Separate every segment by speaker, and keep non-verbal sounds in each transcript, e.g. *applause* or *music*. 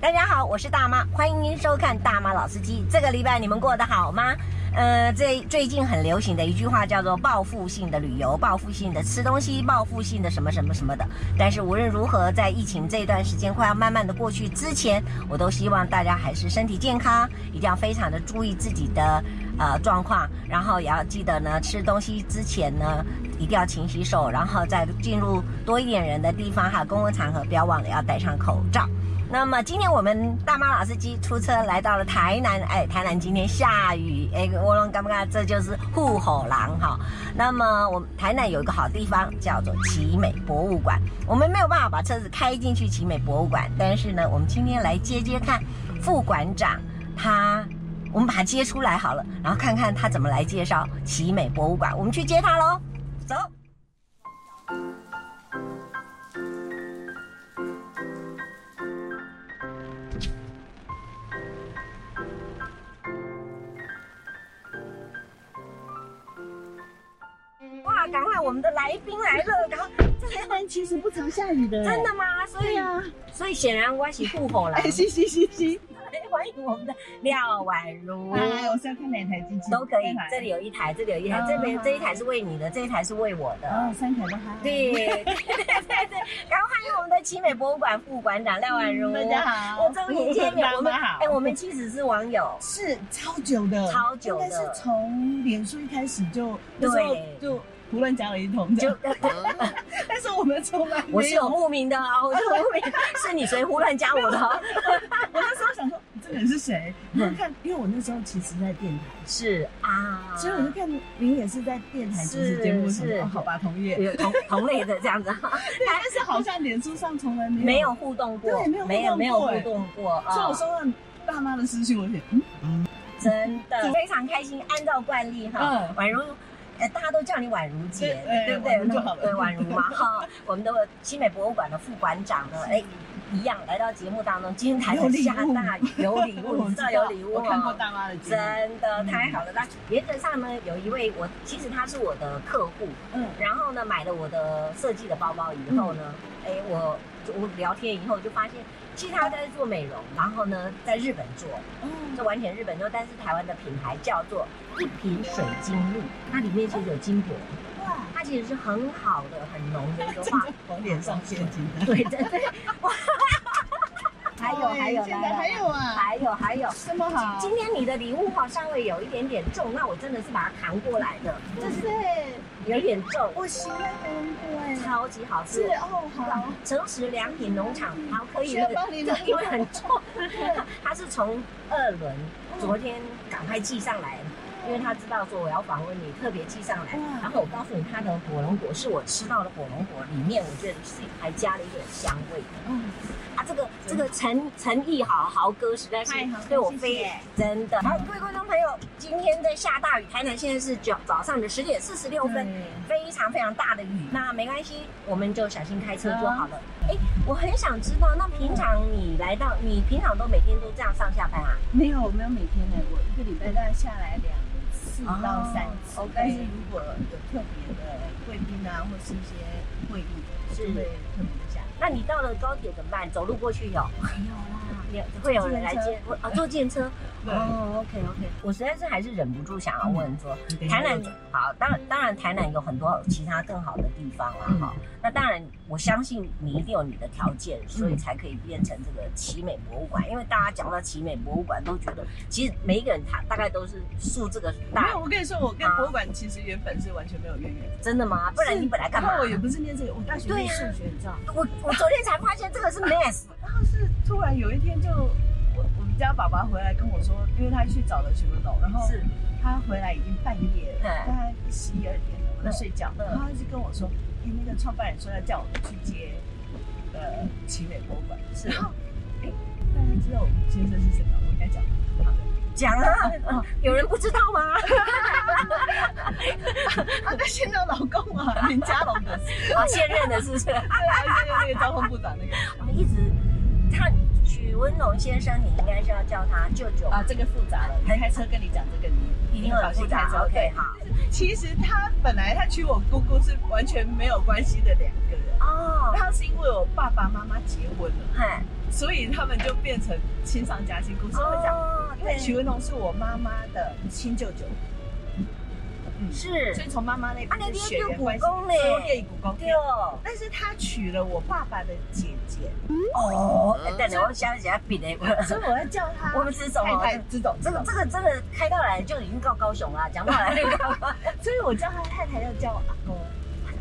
Speaker 1: 大家好，我是大妈，欢迎您收看《大妈老司机》。这个礼拜你们过得好吗？呃，最最近很流行的一句话叫做“报复性的旅游、报复性的吃东西、报复性的什么什么什么的”。但是无论如何，在疫情这段时间快要慢慢的过去之前，我都希望大家还是身体健康，一定要非常的注意自己的呃状况，然后也要记得呢，吃东西之前呢，一定要勤洗手，然后在进入多一点人的地方哈，公共场合不要忘了要戴上口罩。那么今天我们大妈老司机出车来到了台南，哎，台南今天下雨，哎，我龙干不干？这就是护火狼哈。那么我们台南有一个好地方叫做奇美博物馆，我们没有办法把车子开进去奇美博物馆，但是呢，我们今天来接接看副馆长他，我们把他接出来好了，然后看看他怎么来介绍奇美博物馆，我们去接他喽，走。哇，赶快我们的来宾来了，然后
Speaker 2: 台南其实不常下雨的，
Speaker 1: 真的吗？所以
Speaker 2: 对呀、啊。
Speaker 1: 所以显然我是护火狼
Speaker 2: 哎，。行行行行，
Speaker 1: 欢迎我们的廖婉
Speaker 2: *laughs*
Speaker 1: 如。
Speaker 2: 哎，我是要看哪台机器哎
Speaker 1: 都可以，这
Speaker 2: 这里
Speaker 1: 里有一台，这里有一台，
Speaker 2: 嗯
Speaker 1: 这边
Speaker 2: 好
Speaker 1: 这一台是为你的，这一台是为我的。
Speaker 2: 哦，三台都还
Speaker 1: 对 *laughs* 对对对，然后欢迎我们的奇美博物馆副馆长
Speaker 2: 啊
Speaker 1: 廖婉如。
Speaker 2: 嗯大家好，嗯
Speaker 1: 我终于见面，我们
Speaker 2: 大家好，
Speaker 1: 哎，我们其实是网友，
Speaker 2: 是超久的，
Speaker 1: 超久的
Speaker 2: 应该是从脸书一开始就那时候
Speaker 1: 对
Speaker 2: 就胡乱讲了一通这
Speaker 1: 就
Speaker 2: 样，但是我们从来没
Speaker 1: *laughs* 我是有慕名的啊，我是有慕名， *laughs* 是你谁胡乱加我的哦？
Speaker 2: 嗯我那时候想说这个人是 *laughs* 谁，然后看，因为我那时候其实在电台，
Speaker 1: 是啊，
Speaker 2: 所以我就看您也是在电台主持节目，
Speaker 1: 是
Speaker 2: 我想说
Speaker 1: 是
Speaker 2: 哦好吧，同业，
Speaker 1: 有同同类的这样子，
Speaker 2: 对，但是好像脸书上从 *laughs* 来没
Speaker 1: 没
Speaker 2: 有
Speaker 1: 有互动过，
Speaker 2: 对没有互动过
Speaker 1: 没有没有互
Speaker 2: 哎
Speaker 1: 动过啊。
Speaker 2: 所以我收到爸妈的私讯，我写嗯，
Speaker 1: 真的非常开心。按照惯例哈，
Speaker 2: 嗯
Speaker 1: 宛如。呃，大家都叫你宛如姐，
Speaker 2: 对
Speaker 1: 对不
Speaker 2: 哎宛如就好
Speaker 1: 对？
Speaker 2: 了
Speaker 1: 对，宛如
Speaker 2: *laughs*
Speaker 1: 嘛哈，我们的新美博物馆的副馆长呢，哎，一样来到节目当中。今天台湾下大雨，有礼物，
Speaker 2: *laughs* 我
Speaker 1: 你
Speaker 2: 知
Speaker 1: 知
Speaker 2: 道
Speaker 1: 道有礼物
Speaker 2: 我看过
Speaker 1: 哦。
Speaker 2: 大妈的节目，
Speaker 1: 真的
Speaker 2: 嗯
Speaker 1: 太好了！那原则上呢，有一位我其实他是我的客户，
Speaker 2: 嗯，
Speaker 1: 然后呢买了我的设计的包包以后呢，
Speaker 2: 嗯
Speaker 1: 哎、我我聊天以后就发现，其实他在做美容，然后呢在日本做，
Speaker 2: 哦，
Speaker 1: 这完全日本做，但是台湾的品牌叫做一瓶水晶露，它里面其实有金箔，
Speaker 2: 哇，
Speaker 1: 它其实是很好的、很浓的一个化，
Speaker 2: 往脸上现金的，
Speaker 1: 对对对，哇，还有还有
Speaker 2: 哎现在还有啊，
Speaker 1: 还有还有。
Speaker 2: 这么好，
Speaker 1: 今天你的礼物哈稍微有一点点重，那我真的是把它扛过来的，
Speaker 2: 哇
Speaker 1: 就是
Speaker 2: 塞，
Speaker 1: 有点重，
Speaker 2: 我喜欢红果哎，
Speaker 1: 超级好
Speaker 2: 是
Speaker 1: 吃。
Speaker 2: 哦，好，
Speaker 1: 诚实良品农场，好可以
Speaker 2: 需要帮你拿
Speaker 1: 对，因为很重，它是从二轮昨天赶快寄上来，因为他知道说我要访问你，特别寄上来
Speaker 2: 哇。
Speaker 1: 然后我告诉你，它的火龙果是我吃到的火龙果里面，我觉得是还加了一点香味的。
Speaker 2: 嗯，
Speaker 1: 啊，这个这个诚诚意好豪哥实在是
Speaker 2: 太好了
Speaker 1: 对我
Speaker 2: 谢谢
Speaker 1: 非真的。好，各位观众朋友，今天在下大雨，台南现在是早早上的十点四十六分。非常非常大的雨，那没关系，我们就小心开车就好了。哎、我很想知道，那平常你来到，你平常都每天都这样上下班啊？
Speaker 2: 没有没有每天呢，我一个礼拜大概下来两次到三次
Speaker 1: 哦，
Speaker 2: 但是如果呃有特别的贵宾啊，或是一些会议，
Speaker 1: 是
Speaker 2: 就会特别的下来。
Speaker 1: 那你到了高铁怎么办？走路过去有？
Speaker 2: 没有啦，
Speaker 1: 有会有人来接我嗯啊？坐电车？
Speaker 2: 对
Speaker 1: 哦，OK OK，我实在是还是忍不住想要问说，
Speaker 2: 嗯
Speaker 1: 台南好，当然当然台南有很多其他更好的地方啦
Speaker 2: 嗯
Speaker 1: 哈、那当然，我相信你一定有你的条件，所以才可以变成这个奇美博物馆。因为大家讲到奇美博物馆，都觉得其实每一个人他大概都是树这个
Speaker 2: 没
Speaker 1: 大
Speaker 2: 有，，我跟你说，我跟博物馆其实原本是完全没有渊源。
Speaker 1: 真的吗？不然你本来干嘛
Speaker 2: 然？嗯后我也不是念这个，我大学
Speaker 1: 对
Speaker 2: 念
Speaker 1: 呀
Speaker 2: 数学，你知道。
Speaker 1: 我我昨天才发现这个是 mess，
Speaker 2: 然后是突然有一天就，我我们家爸爸回来跟我说，因为他去找了学文楼，然后
Speaker 1: 是
Speaker 2: 他回来已经半夜了，
Speaker 1: 对
Speaker 2: 大概十一二点了，我在睡觉，
Speaker 1: 嗯
Speaker 2: 然后他就跟我说，哎，那个创办人说要叫我们去接，呃，奇美博物馆。
Speaker 1: 是
Speaker 2: 然后，哎，大家知道我先生是谁吗？我应该讲。
Speaker 1: 讲啊，
Speaker 2: 嗯
Speaker 1: 有人不知道
Speaker 2: *laughs*
Speaker 1: 吗？
Speaker 2: 啊，那现在老公啊，林家龙的，对
Speaker 1: 啊，现任的是不是？
Speaker 2: 啊，现在那个交通部长那个
Speaker 1: 我们一直他许文龙先生，你应该是要叫他舅舅
Speaker 2: 啊，这个复杂了，开车跟你讲这个你
Speaker 1: 一定很复杂。OK，好。
Speaker 2: 其实他本来他娶我姑姑是完全没有关系的两个人，
Speaker 1: 哦，
Speaker 2: 他是因为我爸爸妈妈结婚了，
Speaker 1: 嗨，
Speaker 2: 所以他们就变成亲上加亲。古时候会讲，
Speaker 1: 哦，
Speaker 2: 因为
Speaker 1: 对，
Speaker 2: 许文龙是我妈妈的亲舅舅，嗯，
Speaker 1: 是
Speaker 2: 所以从妈妈那边
Speaker 1: 啊
Speaker 2: 的
Speaker 1: 你
Speaker 2: 血
Speaker 1: 爹
Speaker 2: 缘
Speaker 1: 舅
Speaker 2: 关系，
Speaker 1: 古公嘞
Speaker 2: 对我爹舅公，
Speaker 1: 对哦，
Speaker 2: 但是他娶了我爸爸的姐姐，
Speaker 1: 哦，哎等等，我想起来比的， *laughs*
Speaker 2: 所 *laughs* 以我要叫他
Speaker 1: 我们这种
Speaker 2: 太
Speaker 1: 哦，
Speaker 2: 太这种
Speaker 1: 这个这个真的开到来就已经到高雄了，讲到来那个
Speaker 2: *laughs* 所以我叫他太太要叫我阿公，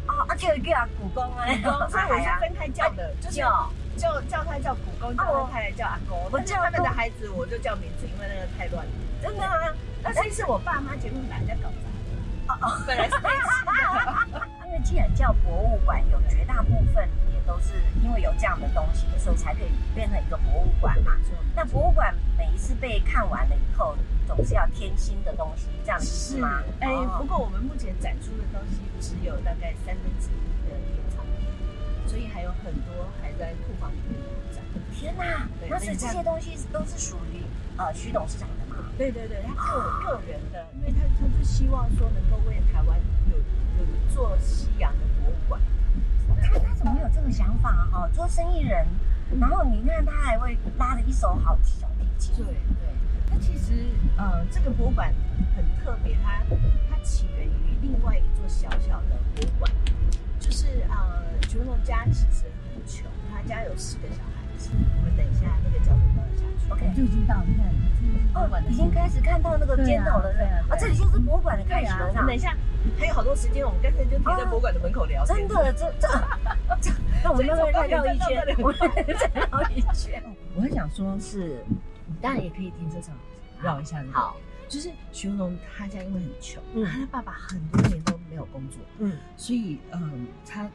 Speaker 1: 哦，啊，就叫啊古公啊，
Speaker 2: 哦所以我是分开哦叫的，就是
Speaker 1: 叫
Speaker 2: 叫叫他叫古公，叫他太太叫阿公。
Speaker 1: 哦我
Speaker 2: 但是
Speaker 1: 叫
Speaker 2: 他们
Speaker 1: 公
Speaker 2: 的孩子，我就叫名字，因为那个太乱了。
Speaker 1: 真的啊吗？
Speaker 2: 那所以是我爸妈结婚把人家搞砸
Speaker 1: 哦
Speaker 2: 了， *laughs* 本来是在一起
Speaker 1: 因为既然叫博物馆，有绝大部分也都是因为有这样的东西，所以才可以变成一个博物馆嘛。 *laughs* 那博物馆每一次被看完了以后，总是要添新的东西，这样的意思吗？
Speaker 2: 哎、不
Speaker 1: 哦
Speaker 2: 过我们目前展出的东西只有大概三分之一的典藏品，所以还有很多还在库房里面展。
Speaker 1: 天哪！
Speaker 2: 对
Speaker 1: 那
Speaker 2: 那
Speaker 1: 是
Speaker 2: 你
Speaker 1: 这
Speaker 2: 看
Speaker 1: 些东西都是属于呃徐董事长的吗？
Speaker 2: 对对对，他
Speaker 1: 哦
Speaker 2: 个个人的，因为他他就希望说能够为台湾有有一座西洋的博物馆。
Speaker 1: 他他怎么会有这个想法哈、哦？做生意人，
Speaker 2: 嗯
Speaker 1: 然后你看他还会拉着一手好小提琴，
Speaker 2: 对对，那其实呃，这个博物馆很特别，它它起源于另外一座小小的博物馆，就是呃，九龙家其实很穷，他家有四个小孩子。我们等一下那个交流道下去
Speaker 1: OK
Speaker 2: 我们就已经到，你看，
Speaker 1: 哦，已经开始看到那个尖头了，
Speaker 2: 对啊对啊对啊
Speaker 1: 哦这里就是博物馆的开
Speaker 2: 开
Speaker 1: 始
Speaker 2: 始
Speaker 1: 了
Speaker 2: 了。
Speaker 1: 是吧
Speaker 2: 我们等一下还有好多时间，我们干脆就停在博物啊馆的门口聊
Speaker 1: 真
Speaker 2: 天。
Speaker 1: 的，这 *laughs* 这这，那我们慢慢再绕一圈，我们再绕一
Speaker 2: *laughs*
Speaker 1: 圈。
Speaker 2: 哦我很想说，
Speaker 1: 是，
Speaker 2: 当然也可以停车场绕一下那个。
Speaker 1: 好，
Speaker 2: 就是徐文龙他家因为很穷，
Speaker 1: 嗯
Speaker 2: 他的爸爸很多年都没有工作，
Speaker 1: 嗯，
Speaker 2: 所以嗯，他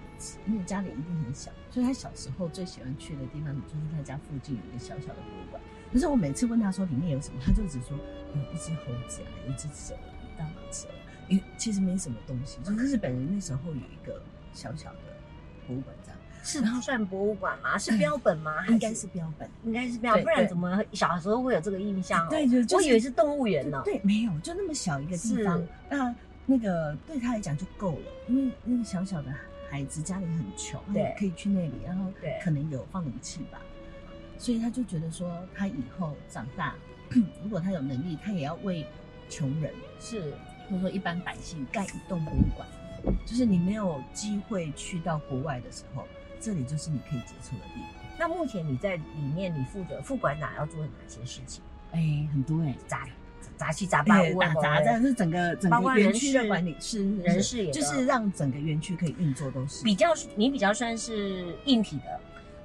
Speaker 2: 因为家里一定很小，所以他小时候最喜欢去的地方就是他家附近有一个小小的博物馆。可是我每次问他说里面有什么，他就只说有一只猴子啊，有一只蛇，一大把蛇，啊因为其实没什么东西。就是日本人那时候有一个小小的博物馆这样，
Speaker 1: 是算博物馆 *laughs* 吗？是标本吗？
Speaker 2: 啊应该是标本。
Speaker 1: 应该是标本，
Speaker 2: 对
Speaker 1: 不然怎么小时候会有这个印象哦？
Speaker 2: 对对就是
Speaker 1: 我以为是动物园呢。
Speaker 2: 对，没有，就那么小一个地方
Speaker 1: 是，
Speaker 2: 那那个对他来讲就够了，因为那个小小的孩子家里很穷，他
Speaker 1: 对
Speaker 2: 可以去那里，然后
Speaker 1: 对
Speaker 2: 可能有放武器吧，所以他就觉得说，他以后长大， *clears throat* 如果他有能力，他也要为穷人
Speaker 1: 是，
Speaker 2: 或者说一般百姓盖一栋博物馆，就是你没有机会去到国外的时候，这里就是你可以接触的地方。
Speaker 1: 那目前你在里面，你负责副馆长要做哪些事情？
Speaker 2: 哎，很多哎、
Speaker 1: 杂杂七杂八
Speaker 2: 哎，，
Speaker 1: 乌
Speaker 2: 打杂，
Speaker 1: 的
Speaker 2: 但是整个整
Speaker 1: 包括
Speaker 2: 个
Speaker 1: 人
Speaker 2: 园区的
Speaker 1: 事
Speaker 2: 管理是是
Speaker 1: 人事也都
Speaker 2: 就是让整个园区可以运作都是。
Speaker 1: 比较你比较算是硬体的。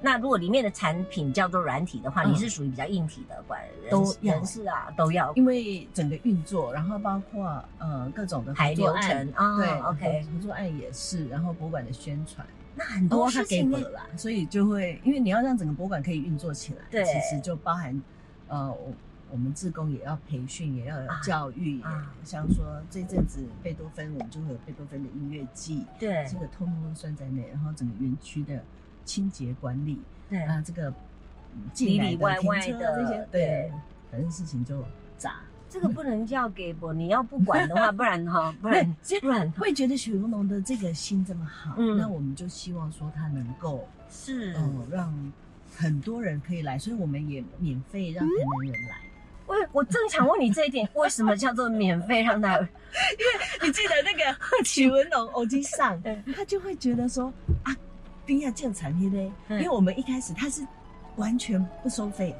Speaker 1: 那如果里面的产品叫做软体的话，
Speaker 2: 嗯
Speaker 1: 你是属于比较硬体的，管人
Speaker 2: 都要
Speaker 1: 人事啊都要
Speaker 2: 因为整个运作，然后包括呃各种的
Speaker 1: 排
Speaker 2: 合作
Speaker 1: 流
Speaker 2: 案，
Speaker 1: 程啊。
Speaker 2: 对
Speaker 1: OK，哦
Speaker 2: 合合作案也是，然后博物馆的宣传，
Speaker 1: 那很
Speaker 2: 很
Speaker 1: 多
Speaker 2: 多
Speaker 1: 事
Speaker 2: 他给
Speaker 1: 情
Speaker 2: 我啦，所以就会因为你要让整个博物馆可以运作起来，
Speaker 1: 对
Speaker 2: 其实就包含呃我我们志工也要培训，也要有
Speaker 1: 啊
Speaker 2: 教育，
Speaker 1: 啊
Speaker 2: 像说这阵子贝多芬，我们就会有贝多芬的音乐季，
Speaker 1: 对
Speaker 2: 这个通通都算在内，然后整个园区的清洁管理
Speaker 1: 对
Speaker 2: 啊，这个嗯进来
Speaker 1: 里里
Speaker 2: 的
Speaker 1: 外外
Speaker 2: 停车
Speaker 1: 的
Speaker 2: 这些，
Speaker 1: 对
Speaker 2: 对，反正事情就杂。
Speaker 1: 这个不能叫给我，你要不管的
Speaker 2: *laughs*
Speaker 1: 话，不然哈，不然
Speaker 2: 对
Speaker 1: 不然
Speaker 2: 会觉得许文龙的这个心这么好，
Speaker 1: 嗯
Speaker 2: 那我们就希望说他能够
Speaker 1: 是
Speaker 2: 嗯、呃让很多人可以来，所以我们也免费让台南人
Speaker 1: *laughs*
Speaker 2: 来。
Speaker 1: 我我正想问你这一点，为什么叫做免费让他？
Speaker 2: 你记得那 *laughs* 个许文龙欧吉上
Speaker 1: *laughs* 对，
Speaker 2: 他就会觉得说啊，冰亚建产业嘞，
Speaker 1: 嗯
Speaker 2: 因为我们一开始他是完全不收费，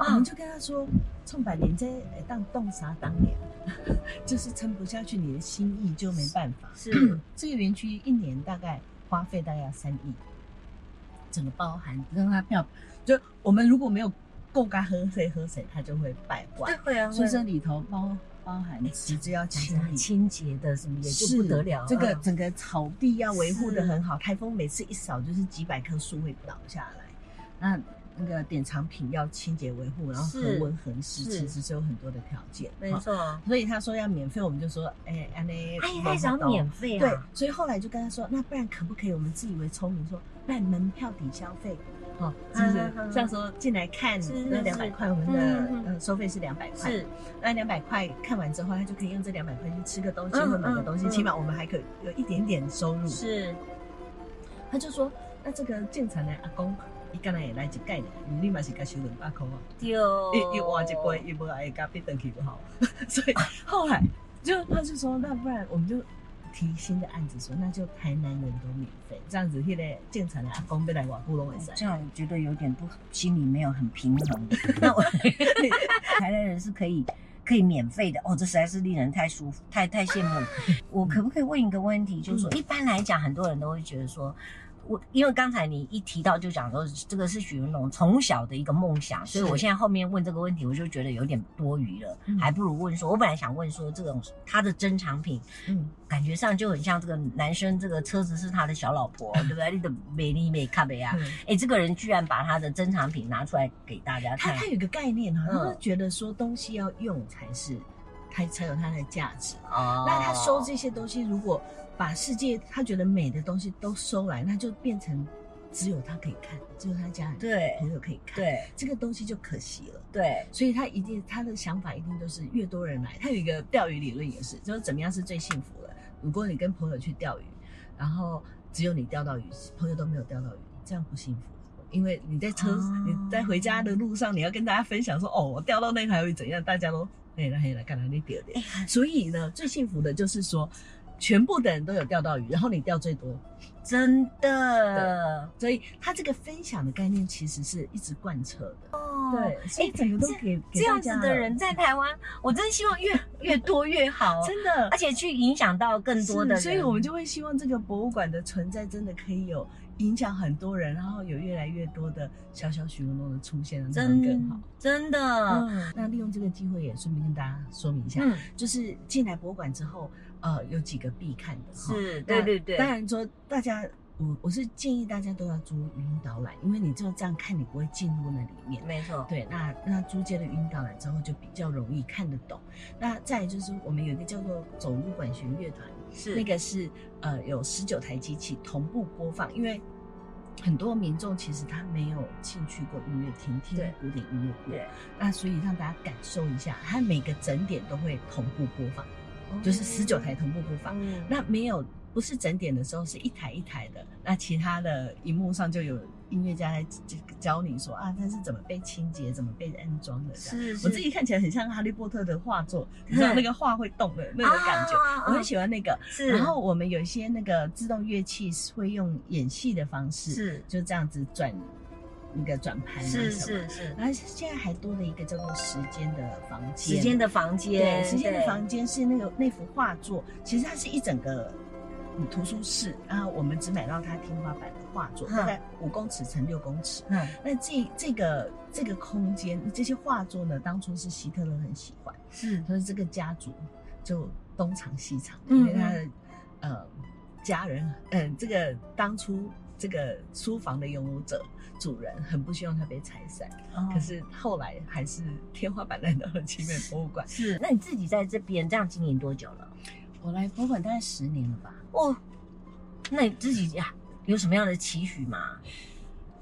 Speaker 2: 我
Speaker 1: 啊
Speaker 2: 们就跟他说，冲百年这当动啥当年， *laughs* 就是撑不下去，你的心意就没办法。
Speaker 1: 啊
Speaker 2: *clears throat*
Speaker 1: 是
Speaker 2: 这个园区一年大概花费大概要三亿，整个包含让他票，就我们如果没有够该喝谁喝谁，他就会败
Speaker 1: 对
Speaker 2: 坏。
Speaker 1: 会啊，
Speaker 2: 所以
Speaker 1: 会
Speaker 2: 这里头包包含直接要
Speaker 1: 讲
Speaker 2: 清
Speaker 1: 真的
Speaker 2: 理。
Speaker 1: 清洁的什么也就是不得了，
Speaker 2: 这个
Speaker 1: 嗯
Speaker 2: 整个草地要维护的
Speaker 1: 是
Speaker 2: 很好，台风每次一扫就是几百棵树会倒下来。那那个典藏品要清洁维护，然后
Speaker 1: 是
Speaker 2: 恒温恒湿，
Speaker 1: 是
Speaker 2: 其实是有很多的条件。
Speaker 1: 没
Speaker 2: 好
Speaker 1: 错，
Speaker 2: 所以他说要免费，我们就说，哎，安内，
Speaker 1: 哎，他想要免费
Speaker 2: 对
Speaker 1: 啊，，
Speaker 2: 所以后来就跟他说，那不然可不可以？我们自以为聪明说，不然门票抵消费，好、哦，是不
Speaker 1: 嗯
Speaker 2: 是
Speaker 1: 嗯？嗯
Speaker 2: 像说进来看
Speaker 1: 是
Speaker 2: 那
Speaker 1: 是
Speaker 2: 两百块，我们的
Speaker 1: 嗯嗯嗯
Speaker 2: 呃收费是两百块，
Speaker 1: 是
Speaker 2: 那两百块看完之后，他就可以用这两百块去吃个东西
Speaker 1: 嗯
Speaker 2: 或买个东西，
Speaker 1: 嗯
Speaker 2: 起码我们还可以有一点点收入。
Speaker 1: 是
Speaker 2: 他就说，那这个建材的阿公伊敢若会来一届尔，你嘛是甲收两百箍啊。
Speaker 1: 丢
Speaker 2: 伊伊换一杯，伊无爱咖啡登去不好， *laughs* 所以后来就他就说，那不然我们就提新的案子说，那就台南人都免费，这样子，迄个建成的阿公要来瓦布拢会使。
Speaker 1: 这样我觉得有点不，心里没有很平
Speaker 2: *laughs*
Speaker 1: 衡。那我 *laughs* 台南人是可以可以免费的哦，这实在是令人太舒服，太太羡慕了。我可不可以问一个问题？就是
Speaker 2: 嗯
Speaker 1: 说，一般来讲，很多人都会觉得说。我因为刚才你一提到就讲说这个是许文龙从小的一个梦想，所以
Speaker 2: 是
Speaker 1: 我现在后面问这个问题，我就觉得有点多余了，
Speaker 2: 嗯
Speaker 1: 还不如问说，我本来想问说这种他的珍藏品
Speaker 2: 嗯，
Speaker 1: 感觉上就很像这个男生，这个车子是他的小老婆，对不对？你的美丽美卡美啊，哎，这个人居然把他的珍藏品拿出来给大家
Speaker 2: 他
Speaker 1: 看
Speaker 2: 他，有一个概念哈，
Speaker 1: 嗯
Speaker 2: 他就觉得说东西要用才是，才才有它的价值。
Speaker 1: 哦
Speaker 2: 那他收这些东西，如果把世界他觉得美的东西都收来，那就变成只有他可以看，只有他家人
Speaker 1: 对
Speaker 2: 朋友可以看，，
Speaker 1: 对
Speaker 2: 这个东西就可惜了。
Speaker 1: 对，
Speaker 2: 所以他一定他的想法一定都是越多人来。他有一个钓鱼理论也是，就是怎么样是最幸福的。如果你跟朋友去钓鱼，然后只有你钓到鱼，朋友都没有钓到鱼，这样不幸福。啊因为你在车、
Speaker 1: 哦
Speaker 2: 你在回家的路上，你要跟大家分享说，哦，我钓到那条鱼怎样，大家都嘿啦嘿啦，干嘛你钓
Speaker 1: 哎
Speaker 2: 的？所以呢，最幸福的就是说，全部的人都有钓到鱼，然后你钓最多，
Speaker 1: 真的
Speaker 2: 所以他这个分享的概念其实是一直贯彻的。
Speaker 1: 哦
Speaker 2: 对，所以整个都给、给
Speaker 1: 这样
Speaker 2: 大家
Speaker 1: 子的
Speaker 2: 了
Speaker 1: 人在台湾，我真希
Speaker 2: *laughs*
Speaker 1: 望越越多越好，
Speaker 2: 真的 *laughs*
Speaker 1: 而且去影响到更多的人，
Speaker 2: 是所以我们就会希望这个博物馆的存在真的可以有影响很多人，然后有越来越多的小小许文龙的出现，让他们更好
Speaker 1: 真。真的，
Speaker 2: 嗯，那利用这个机会也顺便跟大家说明一下，
Speaker 1: 嗯，
Speaker 2: 就是进来博物馆之后，呃，有几个必看的哈。
Speaker 1: 是，
Speaker 2: 那
Speaker 1: 对对对，
Speaker 2: 当然说大家。我我是建议大家都要租语音导览，因为你只有这样看，你不会进入那里面。
Speaker 1: 没错，
Speaker 2: 对，那那租借了语音导览之后，就比较容易看得懂。那再来就是我们有一个叫做走路管弦乐团，
Speaker 1: 是
Speaker 2: 那个是呃有十九台机器同步播放，因为很多民众其实他没有兴趣过音乐厅，听
Speaker 1: 对
Speaker 2: 古典音乐过，
Speaker 1: 对，
Speaker 2: 那所以让大家感受一下，它每个整点都会同步播放，
Speaker 1: 哦
Speaker 2: 就是十九台同步播放。
Speaker 1: 嗯，
Speaker 2: 那没有不是整点的时候是一台一台的，那其他的荧幕上就有音乐家在教你说啊，它是怎么被清洁、怎么被安装的这样。
Speaker 1: 是，
Speaker 2: 我自
Speaker 1: 是
Speaker 2: 己看起来很像哈利波特的画作，你知道那个画会动的那种感觉，
Speaker 1: 啊
Speaker 2: 我很喜欢那个。
Speaker 1: 是，
Speaker 2: 然后我们有一些那个自动乐器是会用演戏的方式，
Speaker 1: 是
Speaker 2: 就这样子转那个转盘、啊、
Speaker 1: 是
Speaker 2: 什么。
Speaker 1: 是是，
Speaker 2: 然后现在还多了一个叫做时间的房间，
Speaker 1: 时间的房
Speaker 2: 对
Speaker 1: 间，
Speaker 2: 时间的
Speaker 1: 对
Speaker 2: 房间是那个那幅画作，其实它是一整个嗯图书室，然后我们只买到它天花板的画作，
Speaker 1: 嗯
Speaker 2: 大概五公尺乘六公尺。
Speaker 1: 嗯，
Speaker 2: 那这这个这个空间，这些画作呢，当初是希特勒很喜欢。
Speaker 1: 是
Speaker 2: 所以这个家族就东厂西厂，
Speaker 1: 嗯
Speaker 2: 因为他的呃家人，嗯、这个当初这个书房的拥有者主人很不希望他被拆散，
Speaker 1: 哦
Speaker 2: 可是后来还是天花板来到了奇美博物馆。
Speaker 1: 是，那你自己在这边这样经营多久了？
Speaker 2: 我来博物馆大概十年了吧，
Speaker 1: 哦，那你自己呀有什么样的期许吗？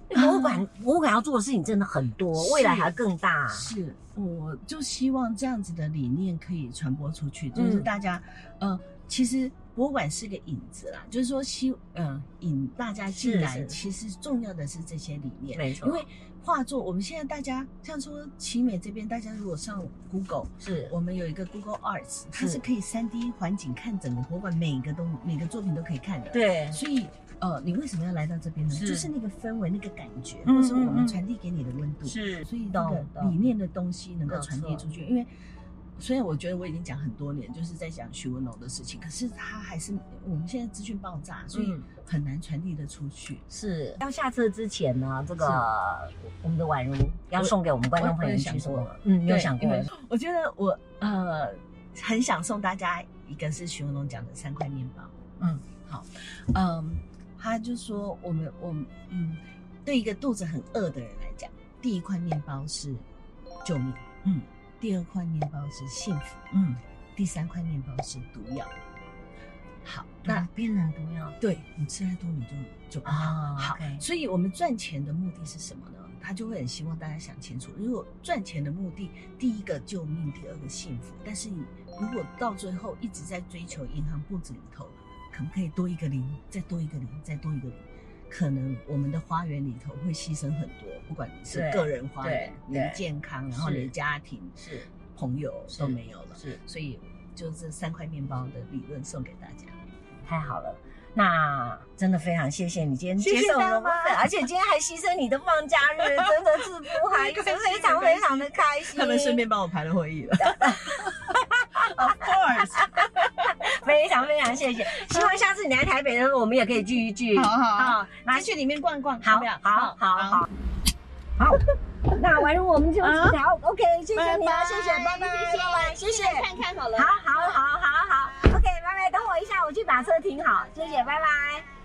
Speaker 1: 博物馆，博物馆要做的事情真的很多，
Speaker 2: 啊是
Speaker 1: 未来还更大。
Speaker 2: 是，我就希望这样子的理念可以传播出去，就是
Speaker 1: 嗯
Speaker 2: 大家，呃，其实博物馆是个引子啦，就是说希，呃，引大家进
Speaker 1: 是
Speaker 2: 来，
Speaker 1: 是
Speaker 2: 其实重要的是这些理念，
Speaker 1: 没错
Speaker 2: 因为画作，我们现在大家像说奇美这边，大家如果上 Google，
Speaker 1: 是
Speaker 2: 我们有一个 Google Arts，它
Speaker 1: 是
Speaker 2: 是可以三 D 环境看整个博物馆，每个东每个作品都可以看的，
Speaker 1: 对，
Speaker 2: 所以，呃，你为什么要来到这边呢？
Speaker 1: 是
Speaker 2: 就是那个氛围、那个感觉，
Speaker 1: 嗯
Speaker 2: 或是我
Speaker 1: 嗯嗯
Speaker 2: 们传递给你的温度。
Speaker 1: 是
Speaker 2: 所以这个
Speaker 1: 懂懂
Speaker 2: 理念的东西能够
Speaker 1: 没
Speaker 2: 传递
Speaker 1: 错
Speaker 2: 出去。因为虽然我觉得我已经讲很多年，就是在讲徐文龙的事情，可是他还是我们现在资讯爆炸，所以
Speaker 1: 嗯
Speaker 2: 很难传递的出去。
Speaker 1: 是。要下车之前呢，这个我们的宛如要送给我们观众朋友一句什
Speaker 2: 我
Speaker 1: 么
Speaker 2: 我？
Speaker 1: 嗯，你有
Speaker 2: 对
Speaker 1: 想过
Speaker 2: 因？为我觉得我呃很想送大家一个是徐文龙讲的三块面包，
Speaker 1: 嗯，
Speaker 2: 好，嗯，他就说我们我们嗯，对一个肚子很饿的人来讲，第一块面包是救命，
Speaker 1: 嗯，
Speaker 2: 第二块面包是幸福，
Speaker 1: 嗯，
Speaker 2: 第三块面包是毒药。好，那、
Speaker 1: 那变成毒药
Speaker 2: 对你吃太多，你就就不好。
Speaker 1: 嗯啊，
Speaker 2: 好
Speaker 1: OK，
Speaker 2: 所以我们赚钱的目的是什么呢？他就会很希望大家想清楚。如果赚钱的目的，第一个救命，第二个幸福，但是你如果到最后一直在追求银行簿子里头，可不可以多一个零，再多一个零，再多一个零？可能我们的花园里头会牺牲很多，不管你是
Speaker 1: 对
Speaker 2: 个人花园，
Speaker 1: 对
Speaker 2: 你的
Speaker 1: 对
Speaker 2: 健康，然后
Speaker 1: 是
Speaker 2: 你的家庭、
Speaker 1: 是
Speaker 2: 朋友
Speaker 1: 是
Speaker 2: 都没有了。
Speaker 1: 是
Speaker 2: 所以就这三块面包的理论送给大家。
Speaker 1: 太好了。那真的非常谢谢你今天
Speaker 2: 谢谢
Speaker 1: 接受我们的
Speaker 2: 大
Speaker 1: 访
Speaker 2: 妈
Speaker 1: 问，而且今天还牺牲你的放假日，真的是
Speaker 2: *laughs*
Speaker 1: 不好意思，
Speaker 2: 没关
Speaker 1: 非
Speaker 2: 系
Speaker 1: 常
Speaker 2: 没关
Speaker 1: 非
Speaker 2: 系
Speaker 1: 常的开心。
Speaker 2: 他们顺便帮我排了会议了。of course，
Speaker 1: 非常非常谢谢，希望下次你来台北的时候，我们也可以聚一聚。
Speaker 2: 好好好
Speaker 1: 好，来
Speaker 2: 来去里面逛逛，
Speaker 1: 好
Speaker 2: 要不要？
Speaker 1: 好好好。好，那完了我们就
Speaker 2: 好
Speaker 1: 好，OK，谢谢你啊，
Speaker 2: 拜拜
Speaker 1: 谢谢，拜拜，
Speaker 3: 谢谢
Speaker 1: 拜拜，谢谢，
Speaker 3: 看看好了
Speaker 1: 好。好好好好，OK，拜拜，等我一下，我去把车停好，谢谢，拜拜。